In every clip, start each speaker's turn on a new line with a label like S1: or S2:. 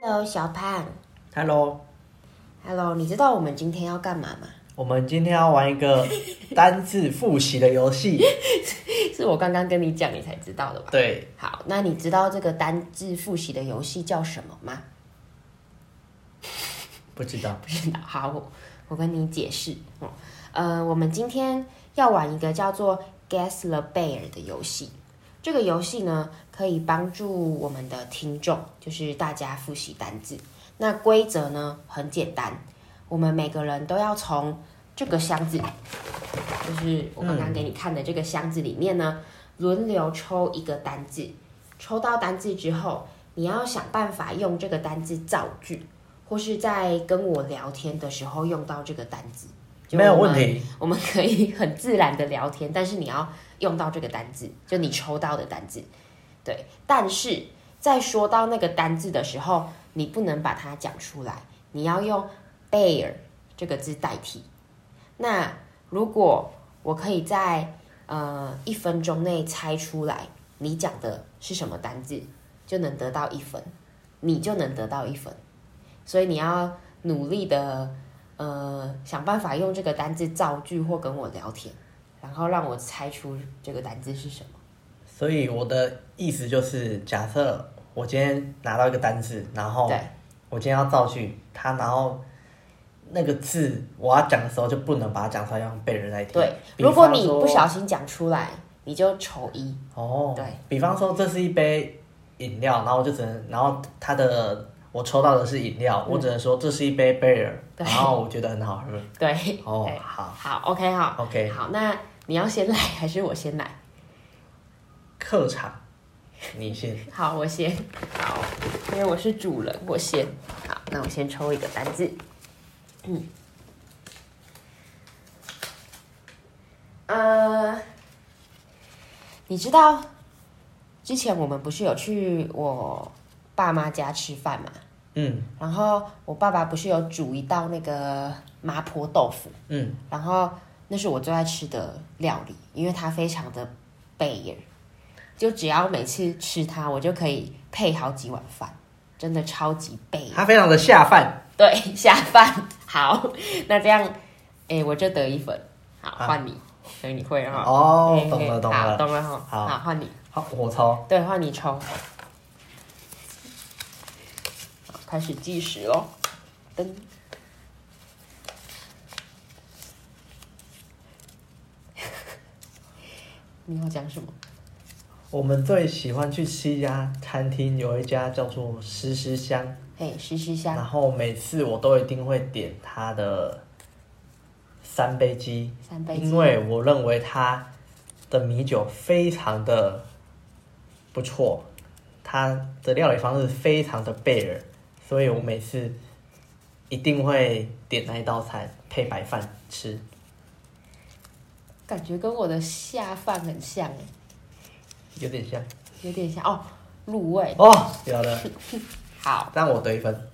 S1: Hello，小胖。
S2: Hello，
S1: Hello，你知道我们今天要干嘛吗？
S2: 我们今天要玩一 个单字复习的游戏。
S1: 是我刚刚跟你讲，你才知道的吧？
S2: 对，
S1: 好，那你知道这个单字复习的游戏叫什么吗？
S2: 不知道
S1: 不知道，好，我我跟你解释。哦，呃，我们今天要玩一个叫做 Guess the Bear 的游戏。这个游戏呢，可以帮助我们的听众，就是大家复习单字。那规则呢很简单，我们每个人都要从这个箱子，就是我刚刚给你看的这个箱子里面呢，轮流抽一个单字。抽到单字之后，你要想办法用这个单字造句。或是在跟我聊天的时候用到这个单字，就
S2: 没有
S1: 我们
S2: 问。题。
S1: 我们可以很自然的聊天，但是你要用到这个单字，就你抽到的单字。对，但是在说到那个单字的时候，你不能把它讲出来，你要用 bear 这个字代替。那如果我可以在呃一分钟内猜出来你讲的是什么单字，就能得到一分，你就能得到一分。所以你要努力的呃，想办法用这个单字造句或跟我聊天，然后让我猜出这个单字是什么。
S2: 所以我的意思就是，假设我今天拿到一个单字，然后
S1: 对
S2: 我今天要造句，它然后那个字我要讲的时候就不能把它讲出来，要用被人来听。
S1: 对，
S2: 比
S1: 如
S2: 方
S1: 果你
S2: 说
S1: 不小心讲出来，你就丑一。
S2: 哦，
S1: 对，
S2: 比方说这是一杯饮料，然后我就只能，然后它的我抽到的是饮料，我只能说这是一杯贝尔，
S1: 嗯对
S2: 然后我觉得很好 喝。
S1: 对，
S2: 哦
S1: 对，
S2: 好
S1: 好，OK 哈
S2: ，OK，
S1: 好，那你要先来还是我先来？
S2: 客场，你先，
S1: 好，我先。好，因为我是主人，我先。好，那我先抽一个单字。嗯，呃，你知道之前我们不是有去我爸妈家吃饭嘛？
S2: 嗯
S1: 然后我爸爸不是有煮一道那个麻婆豆腐，
S2: 嗯，
S1: 然后那是我最爱吃的料理，因为它非常的贝尔，就只要每次吃它，我就可以配好几碗饭，真的超级贝尔。
S2: 他非常的下饭，
S1: 对，下饭好， 那这样，哎、我就得一分。好，
S2: 啊
S1: 换你，所以你会哈？
S2: 哦
S1: 嘿嘿
S2: 懂了懂
S1: 好
S2: 了
S1: 懂了哈。
S2: 好
S1: 嗯好，换你，
S2: 好，我抽，
S1: 对，换你抽。好，开始计时喽，噔。 你要讲什么？
S2: 我们最喜欢去吃一家餐厅，有一家叫做诗诗香，
S1: 嘿，试试
S2: 然
S1: 香
S2: 后每次我都一定会点它的三杯鸡，
S1: 三杯鸡
S2: 因为我认为它的米酒非常的不错，它的料理方式非常的贝尔，所以我每次一定会点那一道菜配白饭吃。
S1: 感觉跟我的下饭很像哎，
S2: 有点像
S1: 有点像哦，入味。
S2: 哦，有了，
S1: 好，
S2: 让我得一分。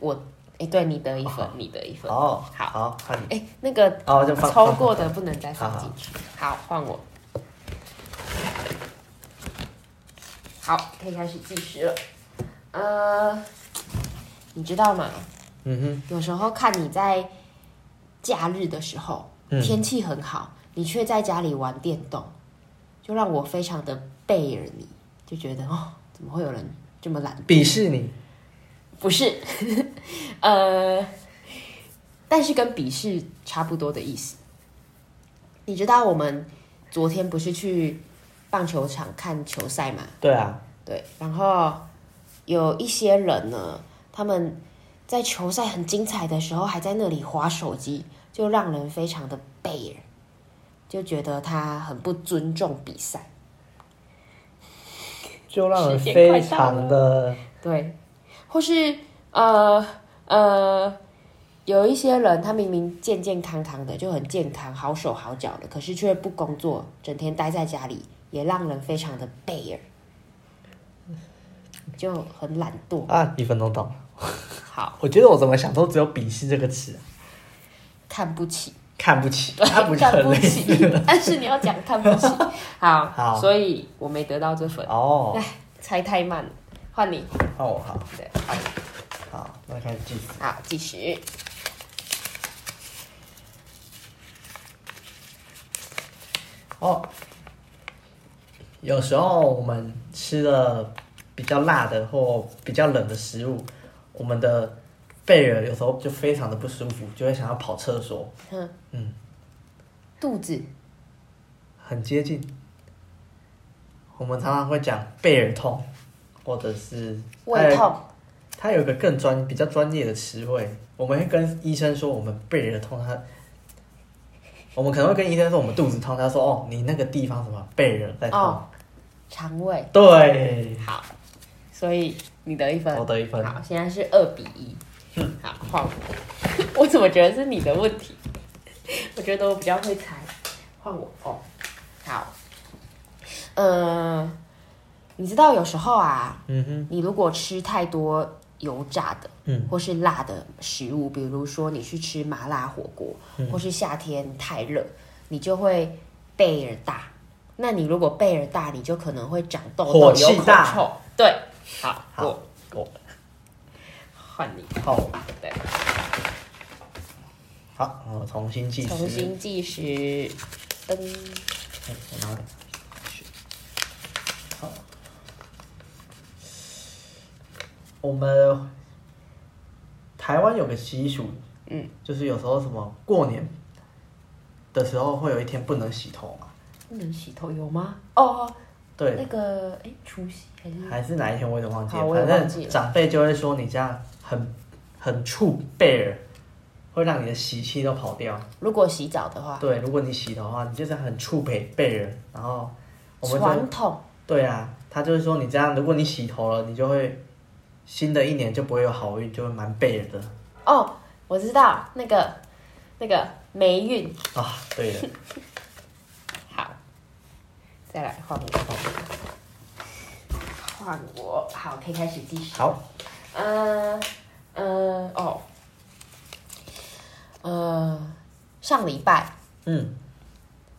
S1: 我哎、对你得一分，你得一分。
S2: 哦，
S1: 好
S2: 好，换你。
S1: 哎、那个
S2: 哦，就放
S1: 抽
S2: 放
S1: 过的不能再放进去。好，换我。好，可以开始计时了。呃，你知道吗？
S2: 嗯哼，
S1: 有时候看你在假日的时候，
S2: 嗯
S1: 天气很好，你却在家里玩电动，就让我非常的贝尔你，就觉得哦，怎么会有人这么懒
S2: 鄙视你。
S1: 不是， 呃，但是跟鄙视差不多的意思。你知道我们昨天不是去棒球场看球赛吗？
S2: 对啊，
S1: 对，然后有一些人呢，他们在球赛很精彩的时候还在那里划手机，就让人非常的贝尔，就觉得他很不尊重比赛。
S2: 就让人
S1: 时间快
S2: 非
S1: 到
S2: 常的
S1: 对，或是呃呃，有一些人他明明健健康康的，就很健康，好手好脚的，可是却不工作，整天待在家里，也让人非常的贝尔，就很懒惰。
S2: 啊，一分钟到了。
S1: 好，
S2: 我觉得我怎么想都只有鄙视这个词啊、
S1: 看不起，
S2: 看不起，
S1: 对
S2: 它不是
S1: 看
S2: 很
S1: 不
S2: 类似
S1: 起，但是你要讲看不起，好，
S2: 好
S1: 所以我没得到这份，哎
S2: 哦
S1: 猜太慢了，换你，
S2: 哦好
S1: 对，
S2: 好，那开始计时。
S1: 好，计时，
S2: 哦，有时候我们吃了比较辣的或比较冷的食物，我们的贝尔有时候就非常的不舒服，就会想要跑厕所。
S1: 嗯
S2: 嗯，
S1: 肚子
S2: 很接近。我们常常会讲贝尔痛，或者是
S1: 胃
S2: 哎
S1: 痛，
S2: 它有一个更专、比较专业的词汇，我们会跟医生说我们背着痛，他，我们可能会跟医生说我们肚子痛，他说哦，你那个地方什么背着在痛，
S1: 哦肠胃，
S2: 对，
S1: 好，所以你得一分
S2: 我，得一分，嗯
S1: 好，现在是二比一，好，换我， 我怎么觉得是你的问题？我觉得我比较会猜，换我哦，好，呃，你知道有时候啊，
S2: 嗯哼，
S1: 你如果吃太多油炸的，
S2: 嗯，
S1: 或是辣的食物，比如说你去吃麻辣火锅，
S2: 嗯
S1: 或是夏天太热，你就会贝尔大。那你如果贝尔大，你就可能会长痘痘，
S2: 火气
S1: 有口
S2: 大
S1: 臭。对，好，
S2: 好
S1: 我
S2: 我
S1: 换你，
S2: 好，
S1: 对，
S2: 好，我重新计时，
S1: 重新计时，嗯噔，
S2: 哎我拿来好，我们台湾有个习俗，
S1: 嗯，
S2: 就是有时候什么过年的时候会有一天不能洗头嘛，
S1: 不能洗头有吗？哦，那
S2: 对，
S1: 个，哎、除夕还是
S2: 还是哪一天我有点忘记
S1: 好
S2: 了，
S1: 我也
S2: 反
S1: 忘记
S2: 正
S1: 了
S2: 长辈就会说你这样很很触贝尔，会让你的习气都跑掉。
S1: 如果洗澡的话，
S2: 对，如果你洗头的话，你就是很触贝贝尔，然后我们就
S1: 传统
S2: 对啊，他就是说你这样，如果你洗头了，你就会新的一年就不会有好运，就会蛮背的
S1: 哦，我知道那个那个霉运。
S2: 啊。对的，
S1: 好，再来换我，换我，好，可以开始计时。
S2: 好，
S1: 呃呃，哦，呃，上礼拜
S2: 嗯，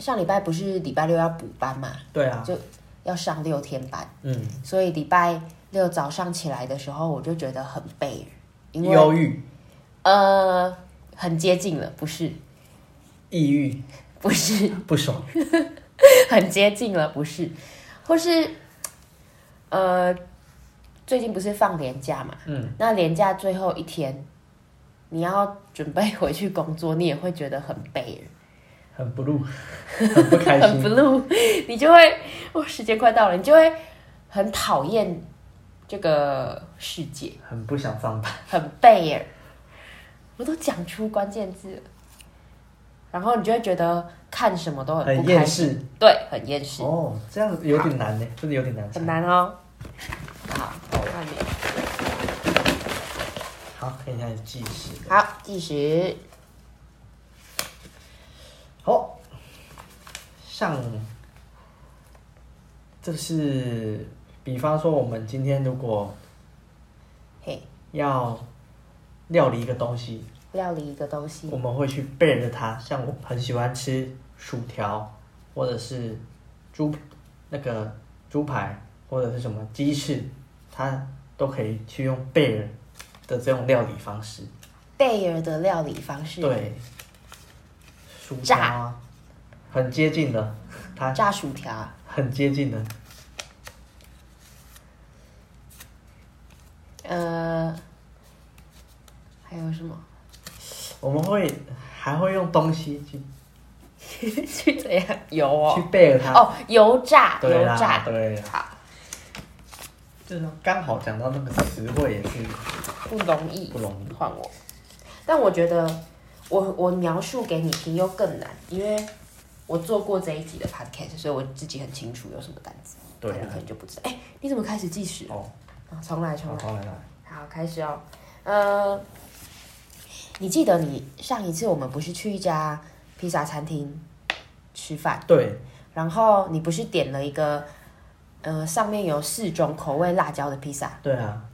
S1: 上礼拜不是礼拜六要补班嘛，
S2: 对啊，
S1: 就要上六天班，
S2: 嗯，
S1: 所以礼拜六早上起来的时候，我就觉得很背，因
S2: 忧
S1: 为
S2: 郁、
S1: 呃很接近了，不是
S2: 抑郁、
S1: 不是。
S2: 不爽，
S1: 很接近了，不是？或是，呃，最近不是放年假嘛？
S2: 嗯，
S1: 那年假最后一天，你要准备回去工作，你也会觉得很悲，
S2: 很 blue，很不开
S1: 很
S2: 心。
S1: blue，你就会，哇，时间快到了，你就会很讨厌这个世界，
S2: 很不想上班，
S1: 很悲耶。我都讲出关键字了，然后你就会觉得看什么都很不
S2: 很
S1: 开
S2: 厌
S1: 心，
S2: 世
S1: 对，很厌世。
S2: 哦，这样有点难呢，真的有点难猜
S1: 很。难哦。好，外面
S2: 好，看一下计时。
S1: 好计时，
S2: 好，像这是，比方说我们今天如果
S1: 嘿，
S2: 要料理一个东西，
S1: 料理一个东西
S2: 我，们会去备着它。像我很喜欢吃薯条，或者是猪那个猪排，或者是什么鸡翅，它都可以去用备着的这种料理方式。
S1: 贝尔的料理方式，，
S2: 对，薯条啊，很接近的，它
S1: 炸薯条，
S2: 很接近的。
S1: 呃，还有什 么？
S2: 我们会还会用东西去
S1: 去怎样油
S2: 去
S1: 哦？
S2: 备着它。
S1: 哦，油炸，
S2: 对
S1: 油
S2: 啦，
S1: 炸，
S2: 对啦。
S1: 好，
S2: 就是刚好讲到那个词汇也是
S1: 不容易
S2: 不，容易。
S1: 换我。但我觉得我我描述给你听又更难，因为我做过这一集的 podcast，所以我自己很清楚有什么单词，
S2: 对
S1: 但你
S2: 啊
S1: 可，能就不知道。哎、你怎么开始计时？
S2: 哦，
S1: 啊，重来，重
S2: 好，
S1: 来。
S2: 好来来，
S1: 好，开始哦。呃，你记得你上一次我们不是去一家披萨餐厅吃饭，
S2: 对，
S1: 然后你不是点了一个呃上面有四种口味辣椒的披萨
S2: 对啊，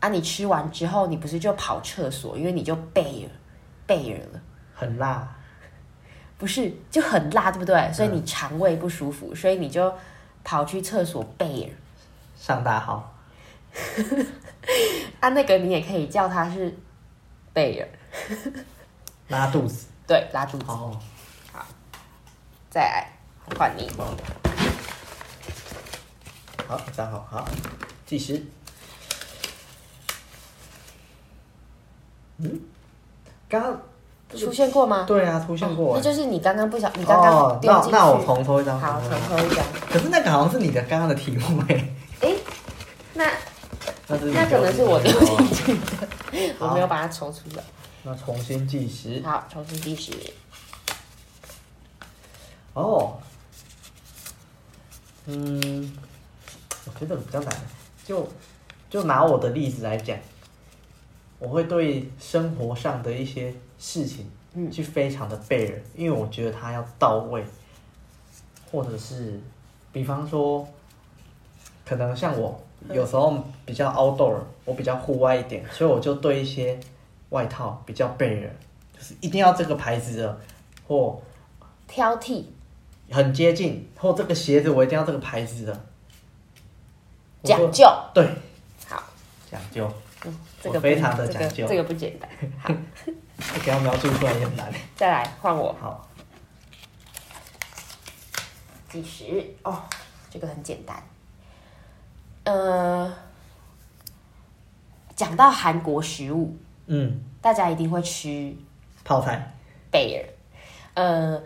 S1: 啊？你吃完之后，你不是就跑厕所，因为你就背了背了了，
S2: 很辣，
S1: 不是就很辣，对不对？所以你肠胃不舒服，所以你就跑去厕所贝尔
S2: 上大号，
S1: 啊，那个你也可以叫它是贝尔，
S2: 拉肚子。
S1: 对，拉肚子。
S2: 哦，
S1: 再来换你，
S2: 好，站好，好，计时。嗯，刚刚
S1: 出现过吗？哦
S2: 对啊，出现过
S1: 那
S2: 欸。
S1: 就是你刚刚不小，你刚
S2: 哦
S1: 刚，丢
S2: 那
S1: 进去。
S2: 那我重抽一张。
S1: 好，
S2: 重
S1: 重
S2: 抽一张
S1: 抽一张。
S2: 可是那个好像是你的刚刚的题目哎、
S1: 诶，那
S2: 那是你
S1: 那可能是我丢
S2: 丢进
S1: 进
S2: 去
S1: 去的，我没有把它抽出来。
S2: 那重新计时。
S1: 好，重新计时。
S2: 哦，嗯，我觉得比较难，就就拿我的例子来讲，我会对生活上的一些事情，
S1: 嗯
S2: 去非常的贝尔，因为我觉得它要到位，或者是，比方说，可能像我有时候比较 outdoor，我比较户外一点，所以我就对一些外套比较贝尔，就是一定要这个牌子的，或
S1: 挑剔，
S2: 很接近，或这个鞋子我一定要这个牌子的，我就
S1: 讲究，
S2: 对
S1: 好，
S2: 讲究，
S1: 嗯，这个
S2: 我非
S1: 不
S2: 常地
S1: 这个
S2: 讲究
S1: 这个不简单。好，
S2: 这哎给他描述出来也很难。
S1: 再来换我
S2: 好，
S1: 计时哦，这个很简单。呃，讲到韩国食物，
S2: 嗯，
S1: 大家一定会吃
S2: 泡菜，
S1: 贝尔。呃，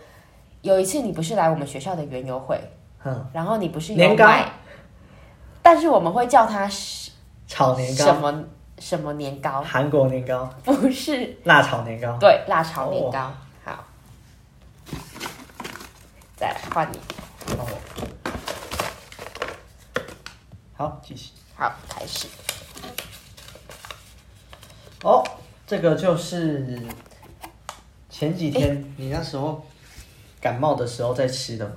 S1: 有一次你不是来我们学校的园游会，
S2: 嗯，
S1: 然后你不是有
S2: 年糕
S1: 买，但是我们会叫它什
S2: 炒年
S1: 什
S2: 糕，
S1: 么什么年糕？
S2: 韩国年糕，
S1: 不是，
S2: 辣炒年糕，
S1: 对，辣炒年糕。
S2: 哦
S1: 好，再来换你。
S2: 哦，好，继续。
S1: 好，开始。
S2: 哦，这个就是前几天你那时候感冒的时候在吃的嘛。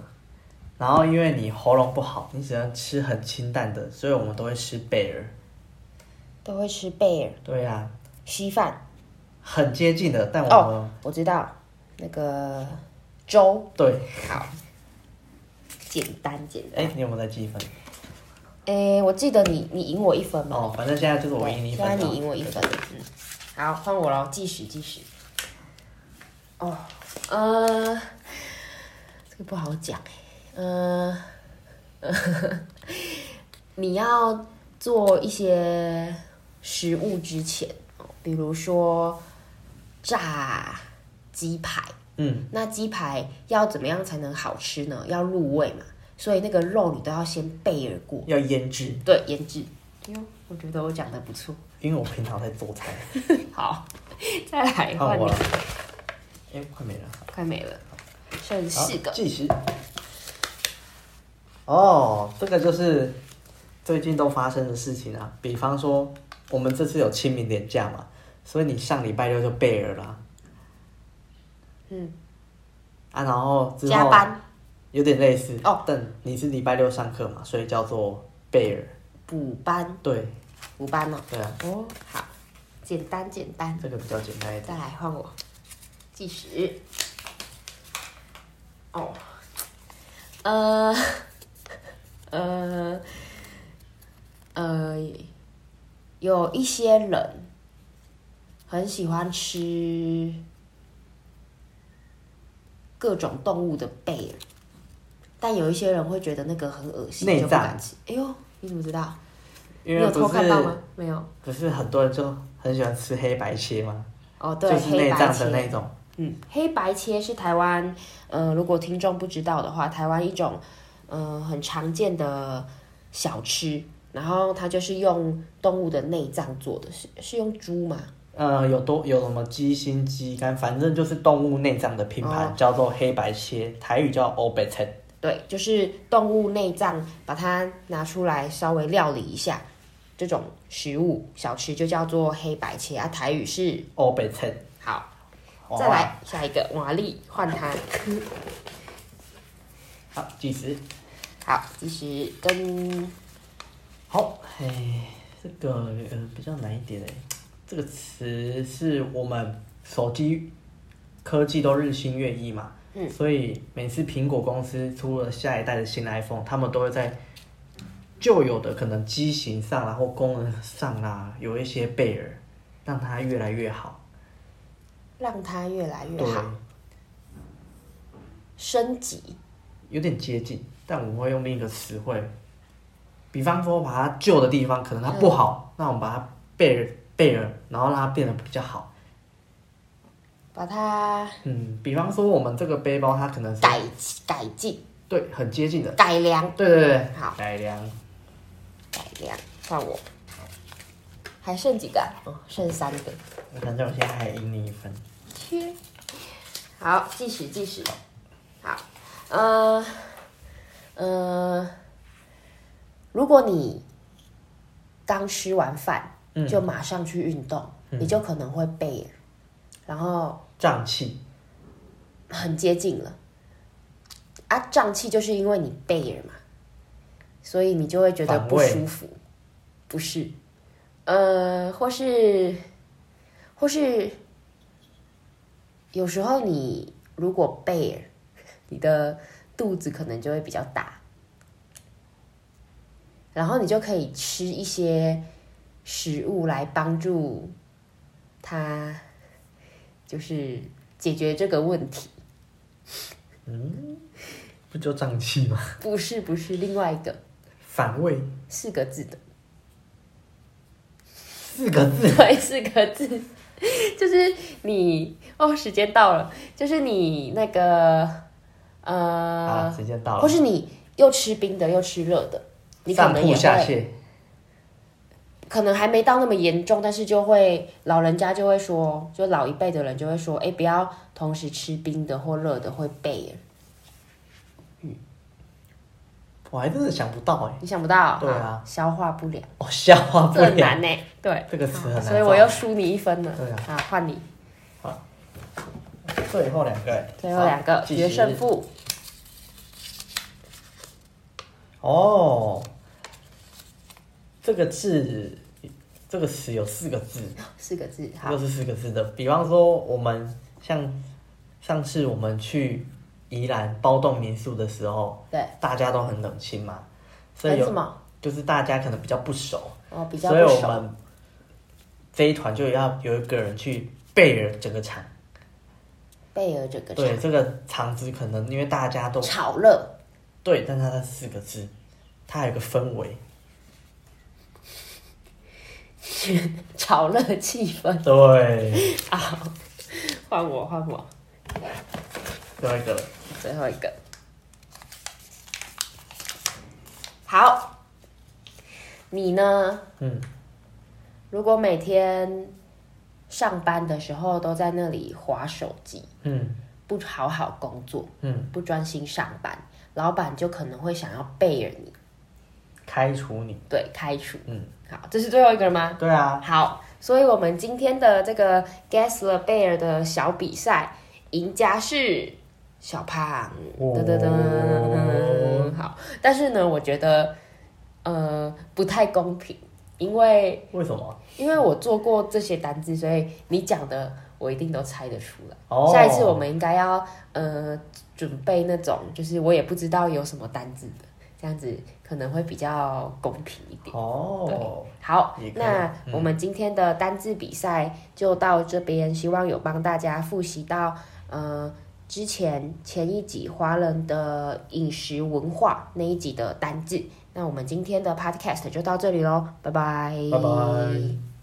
S2: 然后因为你喉咙不好，你只能吃很清淡的，所以我们都会吃贝尔。
S1: 都会吃贝尔
S2: 对呀、
S1: 稀饭
S2: 很接近的，但我们、
S1: 哦，我知道那个粥。
S2: 对，
S1: 好，简单简
S2: 哎、
S1: 单。
S2: 你有没有在积分？
S1: 诶，我记得你你赢我一分嘛。
S2: 哦，反正现在就是我
S1: 对
S2: 赢你一
S1: 现在
S2: 分。
S1: 你赢我一分。嗯，好，换我喽，计时计时。哦，呃，这个不好讲诶呃， 你要做一些食物之前，哦比如说炸鸡排。
S2: 嗯，
S1: 那鸡排要怎么样才能好吃呢？要入味嘛，所以那个肉你都要先备而过，
S2: 要腌制，
S1: 对，腌制。哟，我觉得我讲的不错。
S2: 因为我平常在做菜。
S1: 好，再来
S2: 好，
S1: 换
S2: 我
S1: 你
S2: 了，。哎、快没了。
S1: 快没了，剩
S2: 好
S1: 四个。
S2: 计时。哦，这个就是最近都发生的事情啊。比方说，我们这次有清明年假嘛，所以你上礼拜六就贝尔啦。
S1: 嗯。
S2: 啊，然后之后
S1: 加班
S2: 有点类似
S1: 哦
S2: 但你是礼拜六上课嘛，所以叫做贝尔。
S1: 补班，
S2: 对，
S1: 补班哦。
S2: 对啊，
S1: 哦，好，简单简单。
S2: 这个比较简单一点。
S1: 再来换我，计时。哦，呃， 呃，呃，有一些人很喜欢吃各种动物的贝尔，但有一些人会觉得那个很恶心，
S2: 内
S1: 就不
S2: 脏
S1: 敢吃。哎呦，你怎么知道？你
S2: 因为
S1: 有偷
S2: 不
S1: 看到
S2: 是
S1: 吗？没有。
S2: 不是很多人就很喜欢吃黑白切吗？
S1: 哦，对，
S2: 就是
S1: 黑
S2: 内
S1: 白
S2: 脏
S1: 切
S2: 的那种。
S1: 嗯，黑白切是台湾，呃，如果听众不知道的话，台湾一种，呃，很常见的小吃，然后它就是用动物的内脏做的，是是用猪嘛？
S2: 呃，有多有什么鸡心、鸡肝，反正就是动物内脏的拼
S1: 哦
S2: 盘，叫做黑白切，台语叫欧白菜。
S1: 对，就是动物内脏，把它拿出来稍微料理一下，这种食物小吃就叫做黑白切啊，台语是
S2: 欧白菜。
S1: 好，
S2: 哦
S1: 再，来下一个瓦力换它，
S2: 好，计时。
S1: 好，其实跟
S2: 好，哎，这个呃比较难一点哎，这个词是我们手机科技都日新月异嘛，
S1: 嗯
S2: 所以每次苹果公司出了下一代的新 iPhone，他们都会在旧有的可能机型上啦，或功能上啦，有一些贝尔，让它越来越好。
S1: 让它越来越
S2: 对，
S1: 好，升级。
S2: 有点接近，但我们会用另一个词汇，比方说把它旧的地方，可能它不
S1: 嗯
S2: 好，那我们把它贝尔贝尔，然后让它变得比较好。
S1: 把它
S2: 嗯，比方说我们这个背包，它可能是
S1: 改改进、
S2: 对很接近的，
S1: 改良。
S2: 对对对，
S1: 好
S2: 改良。
S1: 改良，换我。还剩几个啊？哦，剩三个。
S2: 我感觉我现在还赢你一分。
S1: 切。好，计时计时。好，呃，呃，如果你刚吃完饭、
S2: 嗯
S1: 就马上去运动，你就可能会背，然后
S2: 胀气，
S1: 很接近了。啊，胀气就是因为你背了嘛，所以你就会觉得
S2: 反
S1: 不
S2: 胃
S1: 舒服，不是？呃，或是，或是，有时候你如果背了，你的肚子可能就会比较大，然后你就可以吃一些食物来帮助它，就是解决这个问题。
S2: 不就胀气吗？
S1: 不是不是，另外一个
S2: 反胃，
S1: 四个字的，
S2: 四个字。
S1: 对，四个字， 就是你哦，时间到了，就是你那个
S2: 啊，
S1: 呃，
S2: 时间到
S1: 或
S2: 了。
S1: 是你又吃冰的又吃热的，你可
S2: 上
S1: 能也
S2: 吐下
S1: 会，
S2: 泻，
S1: 可能还没到那么严重，但是就会老人家就会说，就老一辈的人就会说，哎，不要同时吃冰的或热的会背，
S2: 我还真的想不到哎、
S1: 你想不到，
S2: 对啊
S1: 消化不良，
S2: 我、消化不
S1: 这很
S2: 良
S1: 难。呢、欸对，
S2: 这个词很难造。
S1: 所以我又输你一分了，
S2: 对啊
S1: 好，换你。
S2: 最后两个欸、
S1: 最后两个
S2: 好
S1: 决胜。负，
S2: 哦，这个字，这个词有四个字，
S1: 四个字。
S2: 又
S1: 好，
S2: 是四个字的。比方说，我们像上次我们去宜兰包栋民宿的时候，
S1: 对，
S2: 大家都很冷清嘛，所以
S1: 分什
S2: 有
S1: 么？
S2: 就是大家可能比较不熟，
S1: 哦，比较
S2: 所以
S1: 不
S2: 我
S1: 熟。
S2: 们这一团就要有一个人去背了整个场。
S1: 贝尔这个
S2: 对，这个场子可能因为大家都
S1: 炒热，
S2: 对，但它的四个字，它还有个氛围。
S1: 炒热气 氛。
S2: 对，
S1: 好，换我，换我，
S2: 最后一个了，
S1: 最后一个。好，你呢？
S2: 嗯，
S1: 如果每天上班的时候都在那里划手机，
S2: 嗯
S1: 不好好工作，
S2: 嗯，
S1: 不专心上班，老板就可能会想要贝尔你，
S2: 开除你。
S1: 对，开除。
S2: 嗯，
S1: 好，这是最后一个了吗？
S2: 对啊，
S1: 好，所以我们今天的这个 Guess the Bear 的小比赛，赢家是小胖。噔噔
S2: 哦
S1: 噔，好。但是呢，我觉得呃不太公平，因为
S2: 为什么？
S1: 因为我做过这些单字，所以你讲的我一定都猜得出来。
S2: 哦，
S1: 下一次我们应该要呃准备那种，就是我也不知道有什么单字的，这样子可能会比较公平一点。
S2: 哦，
S1: 好
S2: 也，可以
S1: 那
S2: 嗯
S1: 我们今天的单字比赛就到这边，希望有帮大家复习到呃之前前一集华人的饮食文化那一集的单字。那我们今天的 podcast 就到这里喽，拜拜，
S2: 拜拜。